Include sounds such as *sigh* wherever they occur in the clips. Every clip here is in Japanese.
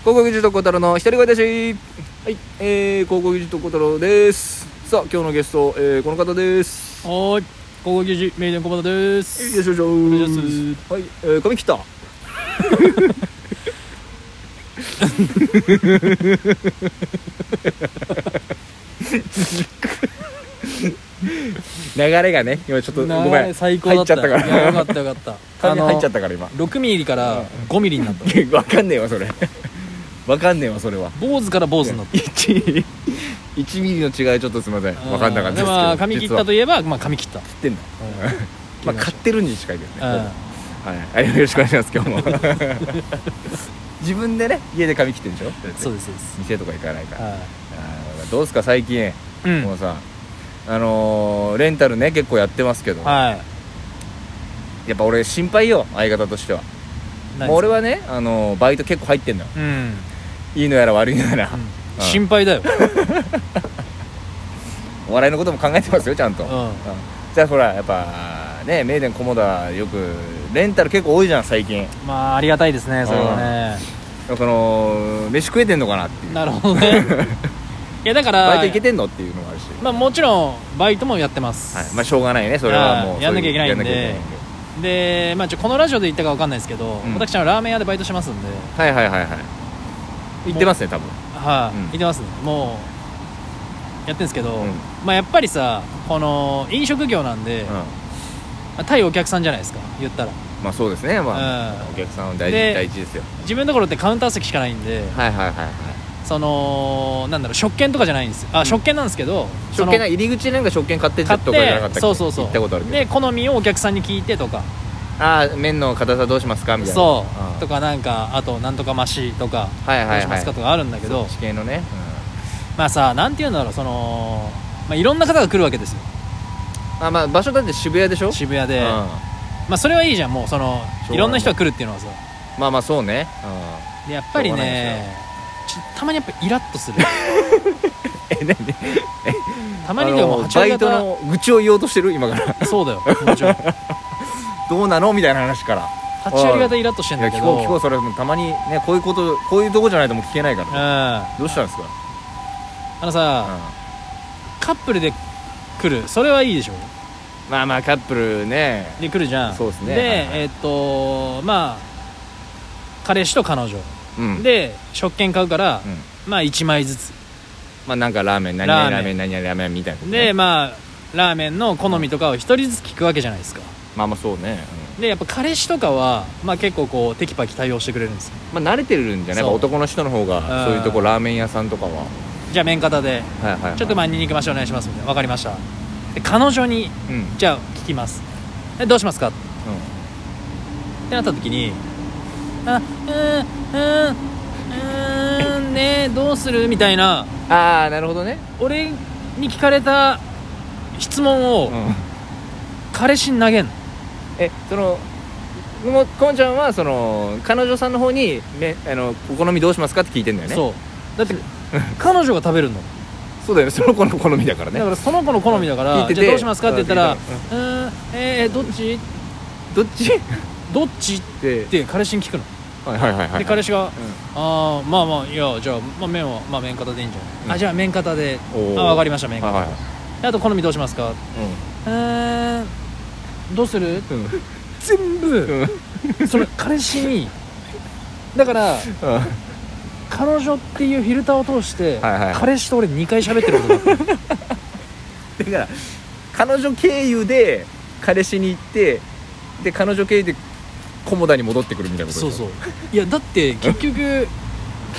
広告技術と小太郎の一人声だしはい、えー、広告技術と小太郎ですさあ今日のゲスト、えー、この方ですはーい、高校球児名電小畑でよす。いしょよいしょお願いしはい、えー、髪切った流れがね今ちょっとごめん流れ最高だった。入っちゃったかいやらよかったよ *laughs* かった。髪入っちゃっったから今た。6ミリから5ミリになっ *laughs* た。わかんねえわそれわかんねえわそれは坊主から坊主 *laughs* になっ1 1ミリの違いちょっとすみませた。 *laughs* んわかんなかったですけどでまあ髪切ったと実はいえばまあ髪切った。切ってんだ切まありました買ってるに近いけどね *laughs* うんはいあよろしくお願いします今日も *laughs* 自分でね家で髪切ってるでしょだってそうですそうです。店とか行かないからはあーどうすか最近い。うんもうさあのーレンタルね結構やってますけどやは。っぱ俺心配よ相方としてはいもう俺はねあのーバイト結構入ってんのようん。うん。いいのやら悪いのやらうん心配 *laughs* だよ。お笑いのことも考えてますよちゃんとうん。うんじゃあほらやっぱね名電菰田よくレンタル結構多いじゃん最近まあありがたいですね。それはね。その飯食えてんのかなっていうなるほど *laughs* ね。いやだから。バイト行けてんのっていうのもあるし、まあもちろんバイトもやってます。はい、まあしょうがないねそれはもあうーやんなきゃいけないんそでううやなきゃいで、まあ、ちょこのラジオで言ったかわかんないですけど、ん私はラーメン屋でバイトしてますんで、けないはいはいはいはい行ってますね多分はい、うん行ってますねもうやってんですけど、うんまあ、やっぱりさこの飲食業なんで、まうんあ対お客さんじゃないですか言ったらまあそうですねまあうんお客さんは大事で大事ですよ自分のところってカウンター席しかないんではいはいはいはいそのなんだろう食券とかじゃないんですよあ、ん食券なんですけどそ食の券な入り口なんか食券買ってちょ買っっとかじゃなかったってけそうそうそう行ったことあるけで好みをお客さんに聞いてとかどああ麺の硬さどうしますかみたいなそうとかかなんかあとなんとかマシとかはいどはういしはまいすかとかあるんだけど、地形のねまあさなんて言うんだろうその、まあ、いろんな方が来るわけですようんあまあ場所だって渋谷でしょ渋谷で、うんまあそれはいいじゃんもうそのしょうがないいろんな人が来るっていうのはさまあまあそうねでやっぱりしょうがないねちょたまにやっぱイラッとする *laughs* え何 *laughs* たたまにでも8バ割イト方の愚痴を言おうとしてる今 *laughs* からそうだよ *laughs* もちろん8どうなのみたいな話から割方イラッとしてんいやだけ聞どこう聞こうそれもたまにねこういうことこういうとこじゃないともう聞けないから、うんあどうしたんですか、のさ、カップルで来るそれはいいでしょまあまあカップルねで来るじゃんそうですねで、はいはいえーっとまあ彼氏と彼女、うんで食券買うから、うんまあ1枚ずつまあなんかラーメン何々ララーーメメンン何々ラーメンみたいなことねでまあラーメンの好みとかを一人ずつ聞くわけじゃないですかまあまあそうね、でやっぱ彼氏とかは、まあ、結構こうテキパキ対応してくれるんですようんまあ慣れてるんじゃないやっそぱう男の人の方がうんそういうとこラーメン屋さんとかはじゃあ麺方ではいはい、はい、ちょっとまあニンニク増しお願いしますみたいな分かりましたで彼女にうん、うん、じゃあ聞きますえどうしますかってなった時にあうーんうーんうーんねどうするみたいなああなるほどね、俺に聞かれた質問うをん、彼氏に投げんのえそのもこんちゃんはその彼女さんの方にめあのお好みどうしますかって聞いてんだよねうそうだって彼女が食べるのそうだよねその子の好みだからねだからその子の好みだか聞いらててじゃあどうしますかって言ったら「ううーんえー、どっちどっちどっち?」でって彼氏に聞くの、はいはいはい、はい、で彼氏がう「ああまあまあいやじゃあ、まあ、麺は、まあ、麺型でいいんじゃない、うんあじゃあ麺型であおー分かりました麺んは型、いはいはいであと好みどうしますかうーんどうするうんうん全部、うんその彼氏にだからうん彼女っていうフィルターを通して、はいはいはい彼氏と俺2回喋って *laughs* ることになっだから彼女経由で彼氏に行ってで彼女経由で菰田に戻ってくるみたいなたことそうでしょそういやだって結局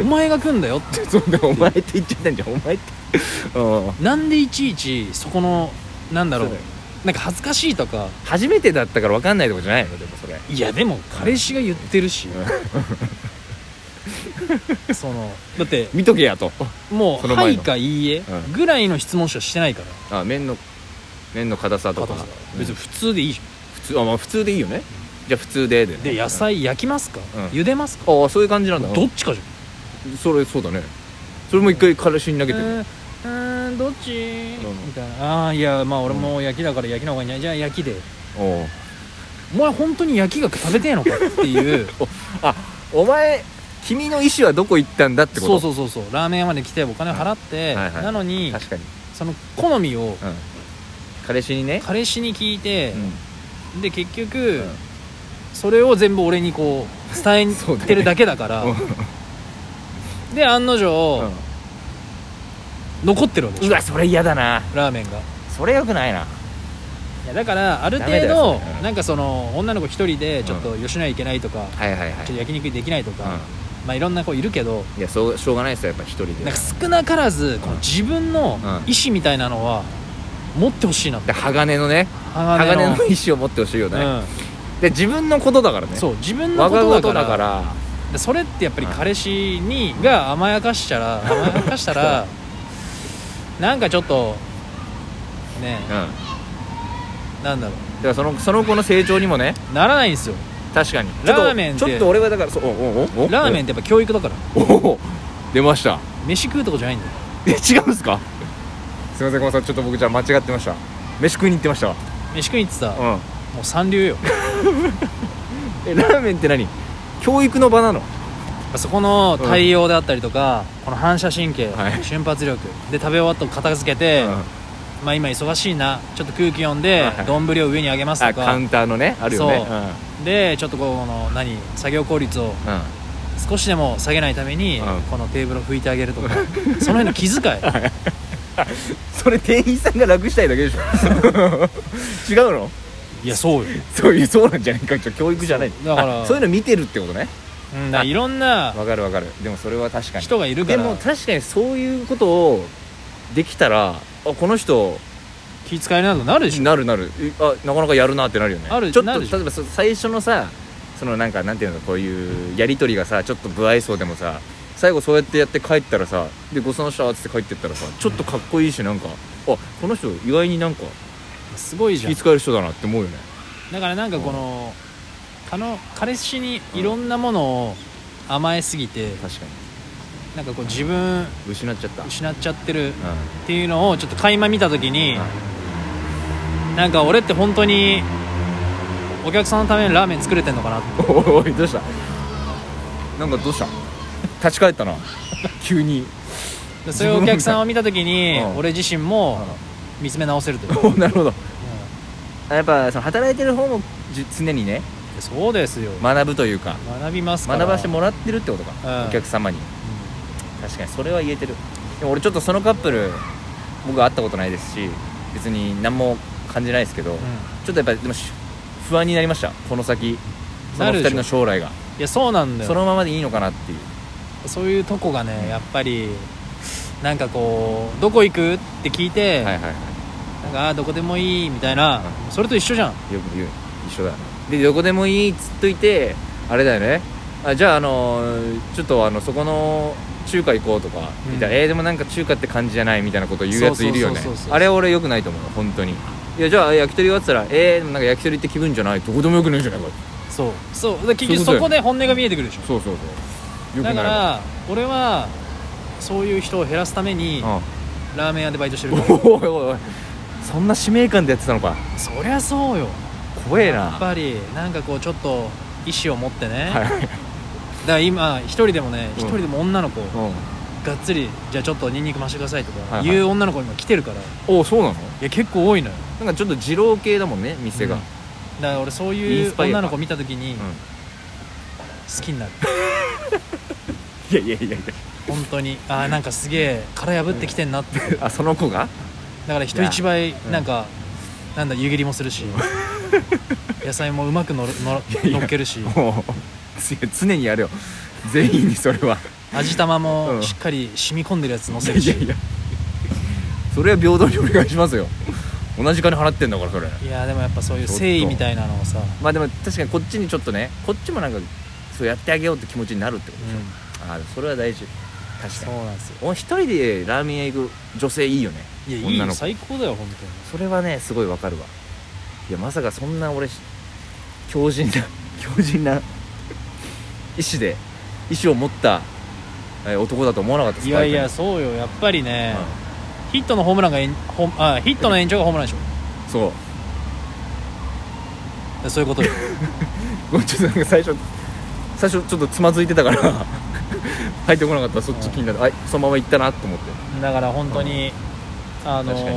お前が来んだよって *laughs* そうでお前って言っちゃったんじゃんお前ってうんなんでいちいちそこのなんだろうそうだよなんか恥ずかしいとか初めてだったから分かんないとこじゃないのでもそれいやでも彼氏が言ってるし *laughs* そのだって見とけやともそう「のは前のい」か「いいえう」んぐらいの質問しかしてないからあ麺の麺の硬さとか片さうん別に普通でいいじ普通あまあ普通でいいよねじゃあ普通でで、ゃね、んで野菜焼きますかうん茹でますかああそういう感じなんだどっちかじそれそうだねそれも一回彼氏に投ゃげんてる、うーんどっちんみたいなあーいやまあ俺も焼きだから焼きの方がいいんじゃないじゃあ焼きでおう *laughs* お前本当に焼きが食べてえのかっていうお前君の意思はどこ行ったんだってことそうそうそうそうラーメン屋まで来てお金を払って、はいはいはいなのに確かに、その好みをうん、彼氏にね、彼氏に聞いて、で結局、んそれを全部俺にこう伝そうだえねてるだけだからで案の定、うん残ってるわけでうしょわそれ嫌だなラーメンがそれよくないないやだからあるダメだ程よ度それうんなんかその女の子一人でちょっと吉野家行けないとか、はいはいはちょっと焼肉できないとか、うまあいろんな子いるけどん、いやそうしょうがないですよやっぱ一人でなんか少なからずこの自分の意思みたいなのは持ってほしいなってで鋼のね鋼鋼のの意思を持ってほしいよね、うで自分のことだからねん、そう自分の我ことがだ事からだからでそれってやっぱり彼氏にが甘やかした *laughs* ら甘やかしたらなんかちょっとねうんなんだろだからそのその子の成長にもねうならないんですよ確かにラーメンっちてょっとちょっと俺はだからそうおおおおラーメンってやっぱ教育だからおお出ました飯食うとこじゃないんだよえ違うんですかすいませんごめんなさいちょっと僕じゃあ間違ってました飯食いに行ってましたわ飯食いに行ってさもうんう三流よやえラーメンって何教育の場なのっぱそこの対応であったりとか、この反射神経、はい瞬発力で食べ終わった後片付けて、うんまあ今忙しいなちょっと空気読んではい丼を上に上げますあとカウかンターのねあるよねそうでちょっとこの何作業効率をうん、うん少しでも下げないために、うんこのテーブルを拭いてあげるとかその辺の気遣 *laughs* いそれ店員さんが楽したいだけでしょ違うのいやそうよ、そういうそうなんじゃないかちょ教育じゃないそうだからあそういうの見てるってことねうん、だからいろんなわかるわかるでもそれは確かに人がいるかでらも確かにそういうことをできたらあこの人気遣いなどなるでしょなるなるえあなかなかやるなってなるよねあるちょっなとるでしょ例えばそ最初のさそのなんかなんていうのこういうやり取りがさちょっと不愛想でもさ最後そうやってやって帰ったらさでごちそうさまでしたっつって帰ってったらさちょっとかっこいいしなんかあこの人意外になんかすごいじゃん気使える人だなって思うよねだからなんかこの,、あの彼氏にいろんなものを甘えすぎて、確かなんかこう自分に失っちゃった失っちゃってうるっていうのをちょっと垣間見た時にん、なんか俺って本当にお客さんのためにラーメン作れてんのかなって *laughs* おいおいどうしたなんかどうした立ち返ったな急に *laughs* でそういうお客さんを見た時に、うん俺自身も見つめ直せるという、おなるほどうやっぱその働いてる方もじ常にねんそうですよ、学ぶというか学びますから学ばしてもらってるってことか、うんお客様に確かにそれは言えてるでも俺ちょっとそのカップル僕は会ったことないですし別に何も感じないですけど、うん、うんちょっとやっぱりでもし不安になりましたこの先そなのる二でしょ人の将来がいやそうなんだそよのままでいいのかなっていうそういうとこがねやっぱりなんかこう「どこ行く?」って聞いて「はいはいはいなんかあーどこでもいい」みたいな、それと一緒じゃんよく言う一緒だでどこでもいいっつっといてあれだよねあじゃああのちょっとあのそこの中華行こうとか、うんみたいなえーでもなんか中華って感じじゃないみたいなこと言うやついるよねそうそうそうそうそうあれ俺よくないと思うの本当にいやじゃあ焼き鳥がっつったらえー、でもなんか焼き鳥って気分じゃないどこでもよくないじゃないこれそうそうだから結局そうそいうここだとで本音が見えてくるでしそうそうそうよょくなだいから俺はそういう人を減らすためにうん、ラーメン屋でバイトしてるからおいおいおいそんな使命感でやってたのかそりゃそうよ怖えやっなぱりなんかこうちょっと意思を持ってね、はいだから今一人でもねうん一人でも女の子うんがっつりじゃあちょっとニンニク増してくださいとはかいはいいう女の子今来てるからいおおそうなのや結構多いのよなんかちょっと二郎系だもんね店が、うんだから俺そうイいンうスパイアか女の子見た時にうん好きになるいやいやいやい本当にああなんかすげえ殻破ってきてんなってだやあその子がから人一倍うんなんかなんだ湯切りもするし *laughs* 野菜もうまくのろのろいやのっけるしもうつ常にやれよ全員にそれは味玉うもんしっかり染み込んでるやつのいせやるいしやいやそれは平等にお願いしますよ同じ金払ってんだからそれいやでもやっぱそういう誠意みたいなのをさまあでも確かにこっちにちょっとねこっちもなんかそうやってあげようって気持ちになるってことでしょ、うああそれは大事ん確そかうになんですよお一人でラーメン屋行く女性いいよねいやいい女よの子最高だよ本当にそれはねすごいわかるわいやまさかそんな俺し強靭な *laughs* 強靭な意志で意志を持ったえー男だと思わなかったですいやいやそうよやっぱりね、ヒットのホームランがえんほんあヒットの延長がホームランでしそうょそういうことよごめんちょっとなんか最初最初ちょっとつまずいてたから *laughs* 入ってこなかったらそっち気になるあそのまま行ったなと思ってだから本当に、あの確か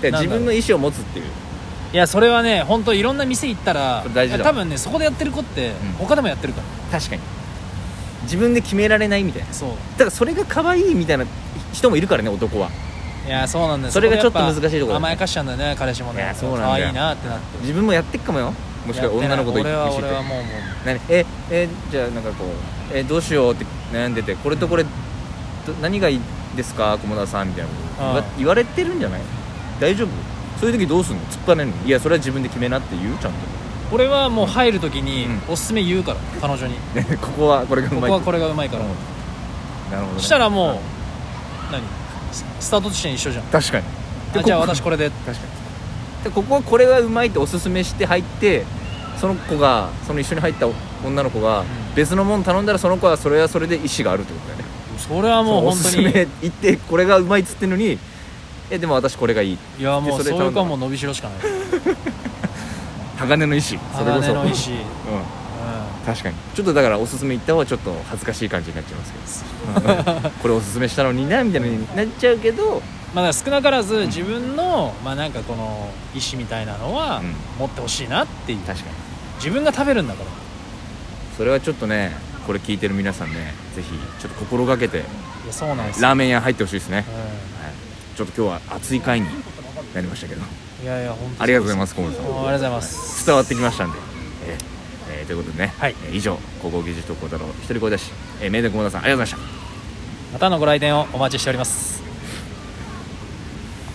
ーでなん自だろう分の意思を持つっていういやそれはね本当いろんな店行ったらそれ大事だ多分ねそこでやってる子ってん他でもやってるから、確かに自分で決められないみたいなそうだからそれが可愛いみたいな人もいるからね男はいやそうなんだよそれがこやぱちょっと難しいところだね甘やかしちゃうんだよね彼氏もねいやそうなん可だよ愛いなってなって自分もやってっかもよもしくは女の子とやってない俺は一緒俺にはもうもう何ええじゃあなんかこうえどうしようって悩んでてこれとこれど何がいいですか駒田さんみたいなこと言わああ言われてるんじゃない大丈夫そういう時どうすんの突っ張ねるのいやそれは自分で決めなって言うちゃん俺はもう入るときにうおすすめ言うから彼女にと *laughs* ここはこれがうこまいこはこれがうまいから、なるほど、ね、そしたらもう何ススタート地点一緒じゃんあ確かにあじゃあここ私これで確かにでここはこれがうまいっておすすめして入ってその子がその一緒に入った女の子がん別のもの頼んだらその子はそれはそれで意思があるってことだよねそれはもうお本す当すにめ言ってこれがうまいっつってんのにえでも私これがいいいやもでそうそれうい頼うんだかもう伸びしろしかない鋼の意志鋼の意そ志、うん、れこそうん確かにちょっとだからおすすめ言った方はちょっと恥ずかしい感じになっちゃいますけ *laughs* ど、うんこれおすすめしたのになみたいなになっちゃうけどまあ、だから少なからず自分の、まあ、なんかこの意思みたいなのはうん持ってほしいなっていう、確かに自分が食べるんだからそれはちょっとねこれ聞いてる皆さんねぜひちょっと心がけていやそうなんですよ、ラーメン屋入ってほしいですねうはいちょっと今日は熱い回になりましたけどん、いやいや本当ありがとうございまます小室さんありがとうございます伝わってきましたんで、えーえーということでね、はいえー以上高校技術特攻太郎一人声出し、えー、名電小室さんありがとうございましたまたのご来店をお待ちしております